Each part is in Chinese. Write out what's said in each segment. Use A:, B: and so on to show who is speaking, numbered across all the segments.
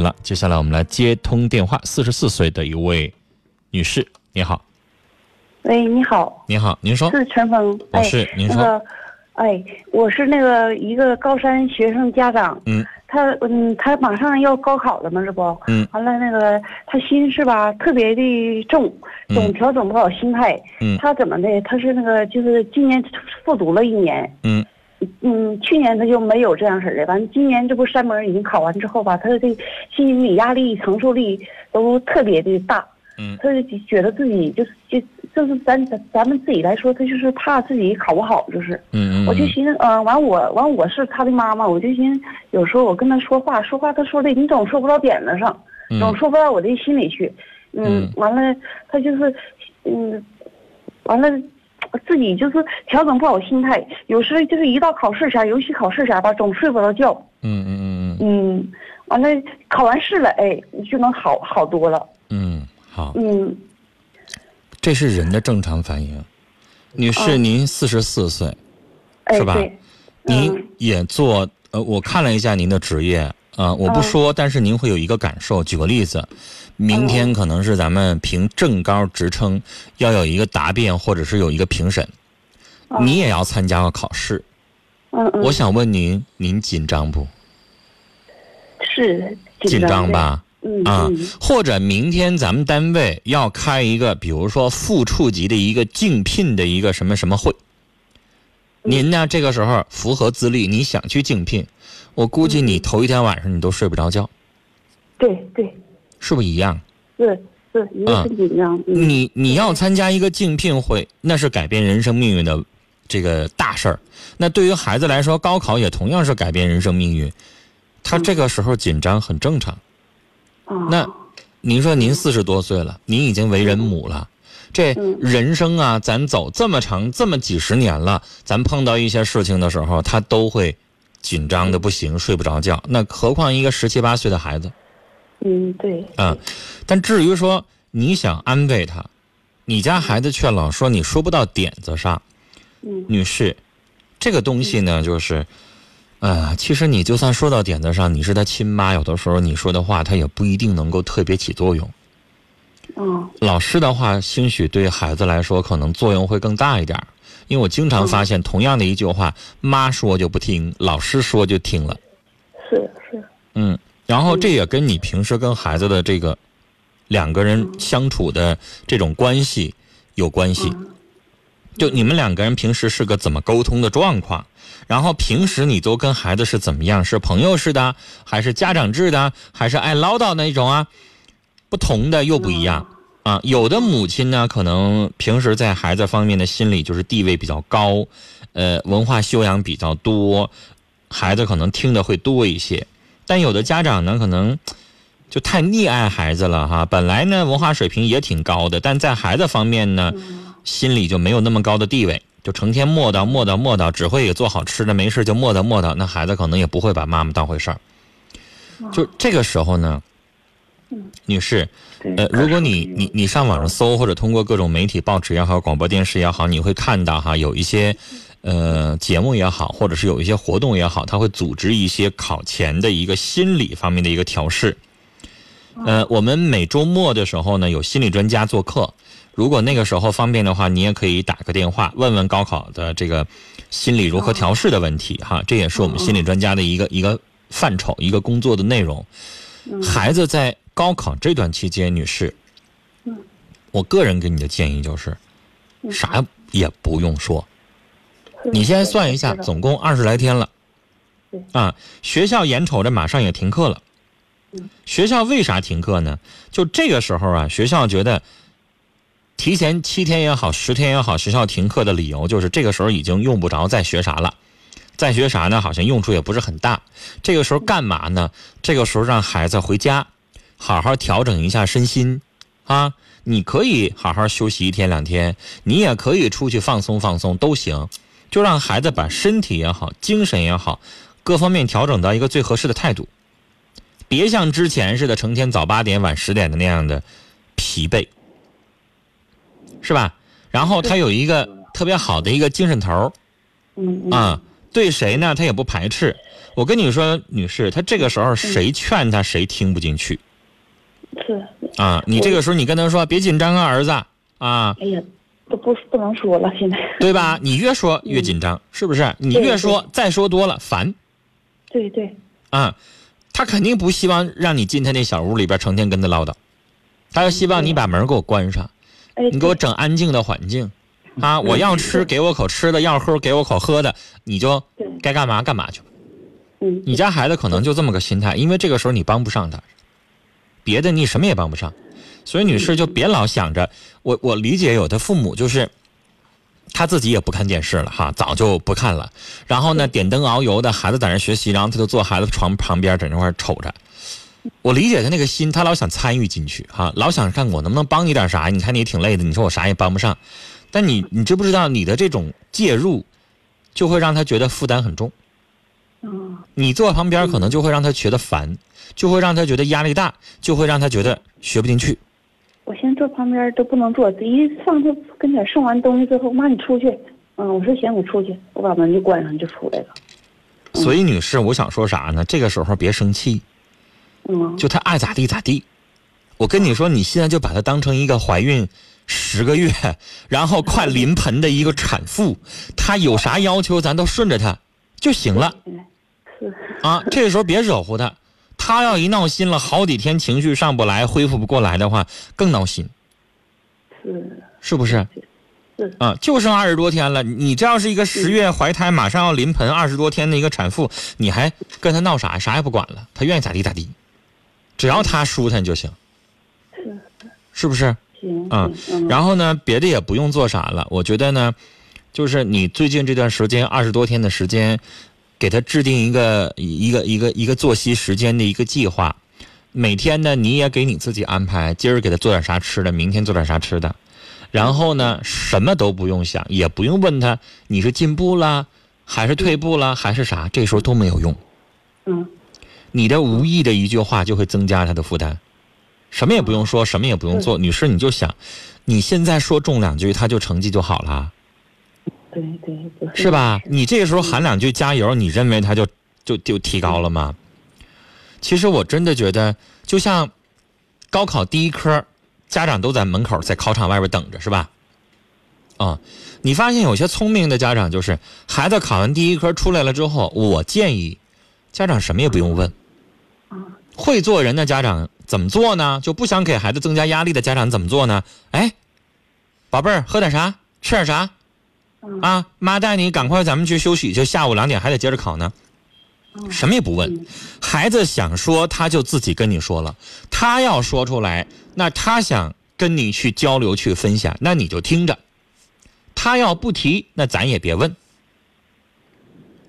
A: 了。接下来我们来接通电话，四十四岁的一位女士，你好，
B: 喂，哎你好，
A: 你好，您说，
B: 是陈峰。
A: 我
B: 哎，
A: 是哦您
B: 那
A: 说，
B: 个，哎，我是那个一个高三学生家长，
A: 嗯，
B: 他嗯，他马上要高考了嘛，这不，
A: 嗯，
B: 完了那个他心事吧特别的重，
A: 嗯
B: 总调整不好心态，
A: 嗯
B: 他怎么的？他是那个就是今年复读了一年，
A: 嗯
B: 嗯，去年他就没有这样式儿的，完今年这不三门已经考完之后吧，他的这心理压力承受力都特别的大，
A: 嗯
B: 他就觉得自己就是就就是咱咱咱们自己来说，他就是怕自己考不好，就是，
A: 嗯嗯，
B: 我就寻思，呃，完我完我是他的妈妈，我就寻思有时候我跟他说话，说话他说的你总说不到点子上，
A: 嗯
B: 总说不到我的心里去，嗯
A: 嗯，
B: 完了他就是，嗯，完了。自己就是调整不好心态，有时候就是一到考试前，尤其考试前吧，总睡不着觉。
A: 嗯嗯嗯嗯
B: 嗯，完了考完试了，哎，就能好好多了。
A: 嗯，好，
B: 嗯，
A: 这是人的正常反应。女
B: 哦
A: 士，您四十四岁，
B: 哎，
A: 是吧
B: 对，嗯
A: 您也做呃，我看了一下您的职业啊、我不
B: 嗯
A: 说，但是您会有一个感受。举个例子，明天
B: 嗯
A: 可能是咱们评正高职称要有一个答辩，或者是有一个评审，
B: 嗯
A: 你也要参加个考试。
B: 嗯嗯，
A: 我想问您，您紧张不？
B: 是
A: 紧张
B: 的？
A: 吧？
B: 嗯
A: 啊
B: 嗯，
A: 或者明天咱们单位要开一个，比如说副处级的一个竞聘的一个什么什么会，
B: 嗯
A: 您呢这个时候符合资历，你想去竞聘，我估计你头一天晚上你都睡不着觉，
B: 对对，
A: 是不是一样？
B: 是是，一个
A: 啊
B: 是紧张，嗯
A: 你你要参加一个竞聘会，那是改变人生命运的这个大事儿。那对于孩子来说，高考也同样是改变人生命运，
B: 嗯
A: 他这个时候紧张很正常。
B: 啊，
A: 那您说您四十多岁了，您已经为人母了，这
B: 嗯
A: 人生啊，咱走这么长这么几十年了，咱碰到一些事情的时候，他都会紧张的不行，睡不着觉。那何况一个十七八岁的孩子
B: 嗯对，
A: 啊？但至于说你想安慰他，你家孩子却老说你说不到点子上，
B: 嗯
A: 女士，这个东西呢，就是，呃，其实你就算说到点子上，你是他亲妈，有的时候你说的话，他也不一定能够特别起作用。
B: 啊
A: 老师的话，兴许对孩子来说可能作用会更大一点儿，因为我经常发现，同样的一句话，妈说就不听，老师说就听了，
B: 是是，
A: 嗯，然后这也跟你平时跟孩子的这个两个人相处的这种关系有关系。就你们两个人平时是个怎么沟通的状况，然后平时你都跟孩子是怎么样？是朋友式的，还是家长制的，还是爱唠叨那种啊？不同的又不一样啊。有的母亲呢，可能平时在孩子方面的心理就是地位比较高，呃，文化修养比较多，孩子可能听的会多一些。但有的家长呢，可能就太溺爱孩子了哈。本来呢，文化水平也挺高的，但在孩子方面呢，心里就没有那么高的地位，就成天磨叨磨叨磨叨，只会给做好吃的，没事就磨叨磨叨。那孩子可能也不会把妈妈当回事儿。就这个时候呢，女士，
B: 对
A: 呃，如果你你你上网上搜，或者通过各种媒体、报纸也好、广播电视也好，你会看到哈，有一些呃节目也好，或者是有一些活动也好，它会组织一些考前的一个心理方面的一个调试。呃，我们每周末的时候呢，有心理专家做客。如果那个时候方便的话，你也可以打个电话问问高考的这个心理如何调试的问题哈，这也是我们心理专家的一个一个范畴、一个工作的内容。孩子在高考这段期间，女士，我个人给你的建议就是，啥也不用说。
B: 嗯是
A: 你现在算一下，
B: 是的
A: 总共二十来天了
B: 对，
A: 啊，学校眼瞅着马上也停课了。
B: 嗯
A: 学校为啥停课呢？就这个时候啊，学校觉得提前七天也好，十天也好，学校停课的理由就是这个时候已经用不着再学啥了。再学啥呢？好像用处也不是很大。这个时候干嘛呢？这个时候让孩子回家，好好调整一下身心，啊，你可以好好休息一天两天，你也可以出去放松放松都行，就让孩子把身体也好，精神也好，各方面调整到一个最合适的态度，别像之前似的成天早八点晚十点的那样的疲惫，是吧？然后他有一个特别好的一个精神头儿
B: 嗯嗯
A: 啊、对谁呢，他也不排斥。我跟你说，女士，他这个时候谁劝他，谁听不进去
B: 是，
A: 啊。你这个时候你跟他说别紧张啊，儿子啊，
B: 哎呀，都不不能说了，现在。
A: 对吧？你越说越紧张，是不是？你
B: 对
A: 越
B: 对
A: 说再说多了烦
B: 对对，
A: 啊。他肯定不希望让你进他那小屋里边，成天跟他唠叨，他就希望你把门给我关上。
B: 哎，
A: 你给我整安静的环境，啊，我要吃给我口吃的，要喝给我口喝的，你就
B: 对
A: 该干嘛干嘛去吧。
B: 嗯，
A: 你家孩子可能就这么个心态，因为这个时候你帮不上他，别的你什么也帮不上，所以女士就别老想着我。我理解有的父母就是。他自己也不看电视了哈，早就不看了。然后呢，点灯熬油的孩子在那学习，然后他就坐孩子床旁边，在那块儿瞅着。我理解他那个心，他老想参与进去哈、老想看我能不能帮你点啥。你看你也挺累的，你说我啥也帮不上，但你你知不知道你的这种介入，就会让他觉得负担很重。
B: 嗯
A: 你坐旁边可能就会让他觉得烦，就会让他觉得压力大，就会让他觉得学不进去。
B: 我现在坐旁边都不能坐，一上他跟前送完东西之后，妈你出去，嗯，我说行，我出去，我把门就关上就出来了，
A: 所以，女士，我想说啥呢？这个时候别生气，
B: 嗯，
A: 就他爱咋地咋地。我跟你说，你现在就把她当成一个怀孕十个月， 然后快临盆的一个产妇，她有啥要求咱都顺着她就行了
B: 哎是，
A: 啊。这个时候别惹乎她，她要一闹心了，好几天情绪上不来，恢复不过来的话，更闹心。
B: 是
A: 是不是
B: 是？
A: 啊，就剩二十多天了。你这要是一个十月怀胎，马上要临盆二十多天的一个产妇，你还跟她闹啥？啥也不管了，她愿意咋地咋地，只要她舒坦就行，
B: 是，
A: 是不是？
B: 行，
A: 啊
B: 行，嗯，
A: 然后呢，别的也不用做啥了。我觉得呢，就是你最近这段时间二十多天的时间，给她制定一个一个一个一个作息时间的一个计划。每天呢，你也给你自己安排，今儿给她做点啥吃的，明天做点啥吃的。然后呢，什么都不用想，也不用问她你是进步了，还是退步了，还是啥，这时候都没有用。
B: 嗯，
A: 你的无意的一句话就会增加他的负担，什么也不用说，什么也不用做，女士你就想，你现在说中两句，他就成绩就好了，
B: 对对，不
A: 是？吧？你这个时候喊两句加油，你认为他就就就提高了吗？其实我真的觉得，就像高考第一科，家长都在门口，在考场外边等着，是吧？啊、你发现有些聪明的家长就是，孩子考完第一科出来了之后，我建议家长什么也不用问。
B: 啊，
A: 会做人的家长怎么做呢？就不想给孩子增加压力的家长怎么做呢？哎，宝贝儿，喝点啥？吃点啥？
B: 嗯
A: 啊，妈带你赶快咱们去休息去，下午两点还得接着考呢。
B: 嗯
A: 什么也不问
B: 嗯，
A: 孩子想说他就自己跟你说了，他要说出来，那他想跟你去交流去分享，那你就听着。他要不提，那咱也别问。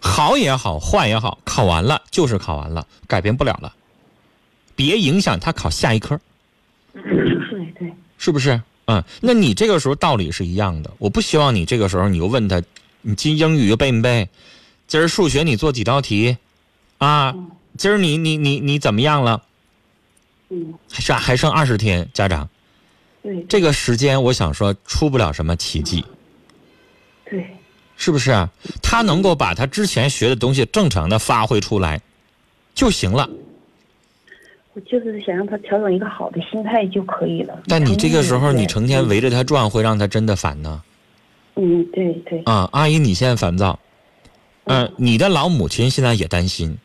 A: 好也好，坏也好，考完了就是考完了，改变不了了。别影响他考下一科，
B: 对对，
A: 是不是？嗯，那你这个时候道理是一样的。我不希望你这个时候你就问他，你今英语背没背？今儿数学你做几道题？啊，
B: 嗯
A: 今儿你你你你怎么样了？
B: 嗯，
A: 还剩还剩二十天，家长
B: 对
A: 这个时间，我想说出不了什么奇迹，
B: 对，
A: 是不是啊？他能够把他之前学的东西正常的发挥出来就行了。
B: 我就是想让他调整一个好的心态就可以了。
A: 但你这个时候你
B: 对
A: 成天，围着他转，会让他真的烦呢。
B: 嗯，对对，
A: 啊，阿姨，你现在烦躁，嗯、你的老母亲现在也担心，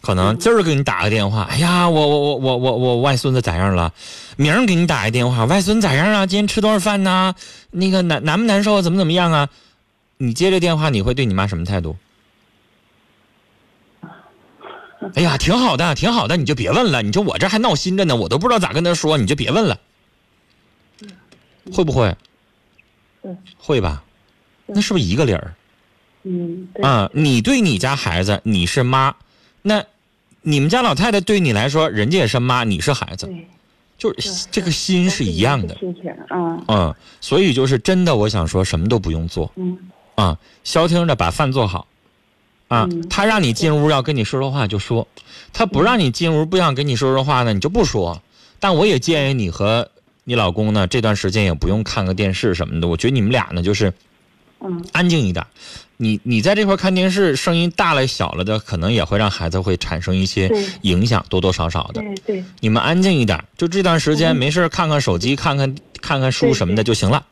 A: 可能今儿给你打个电话，哎呀，我我我我我我外孙子咋样了？明儿给你打一电话，外孙咋样啊？今天吃多少饭呢？那个难难不难受？怎么怎么样啊？你接这电话，你会对你妈什么态度？哎呀，挺好的，挺好的，你就别问了。你说我这还闹心着呢，我都不知道咋跟他说，你就别问了，会不会？
B: 是
A: 会吧？那是不是一个理儿？
B: 嗯，对，
A: 啊、你对你家孩子，你是妈，那你们家老太太对你来说，人家也是妈，你是孩子，
B: 对，
A: 就是这个心是一样的，
B: 心情啊，
A: 嗯，所以就是真的，我想说什么都不用做
B: 嗯，
A: 啊，消停着把饭做好，啊，
B: 嗯
A: 他让你进屋要跟你说说话就说，他不让你进屋不想跟你说说话呢，你就不说。但我也建议你和你老公呢，这段时间也不用看个电视什么的，我觉得你们俩呢就是
B: 嗯
A: 安静一点。你你在这块看电视，声音大了小了的，可能也会让孩子会产生一些
B: 对
A: 影响，多多少少的。
B: 对对
A: 你们安静一点，就这段时间
B: 嗯
A: 没事儿看看手机，看看看看书
B: 对
A: 什么的
B: 对
A: 就行了，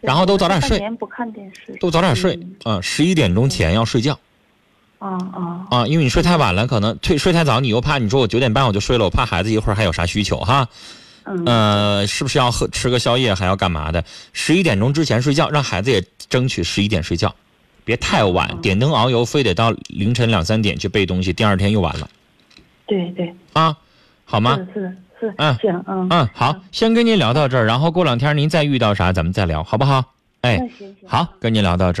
A: 然后都早点睡
B: 半年不看电视，
A: 都早点睡
B: 嗯
A: 啊，十一点钟前要睡觉
B: 啊啊
A: 啊，因为你睡太晚了，可能睡睡太早，你又怕你说我九点半我就睡了，我怕孩子一会儿还有啥需求哈，
B: 嗯
A: 呃，是不是要喝吃个宵夜还要干嘛的？十一点钟之前睡觉，让孩子也争取十一点睡觉，别太晚，点灯熬油，非得到凌晨两三点去背东西，第二天又晚了
B: 对对，
A: 啊，好吗？
B: 是是是，
A: 嗯
B: 行嗯
A: 嗯，好，先跟您聊到这儿，然后过两天您再遇到啥，咱们再聊，好不好？哎
B: 那，行行，
A: 好，跟您聊到这儿。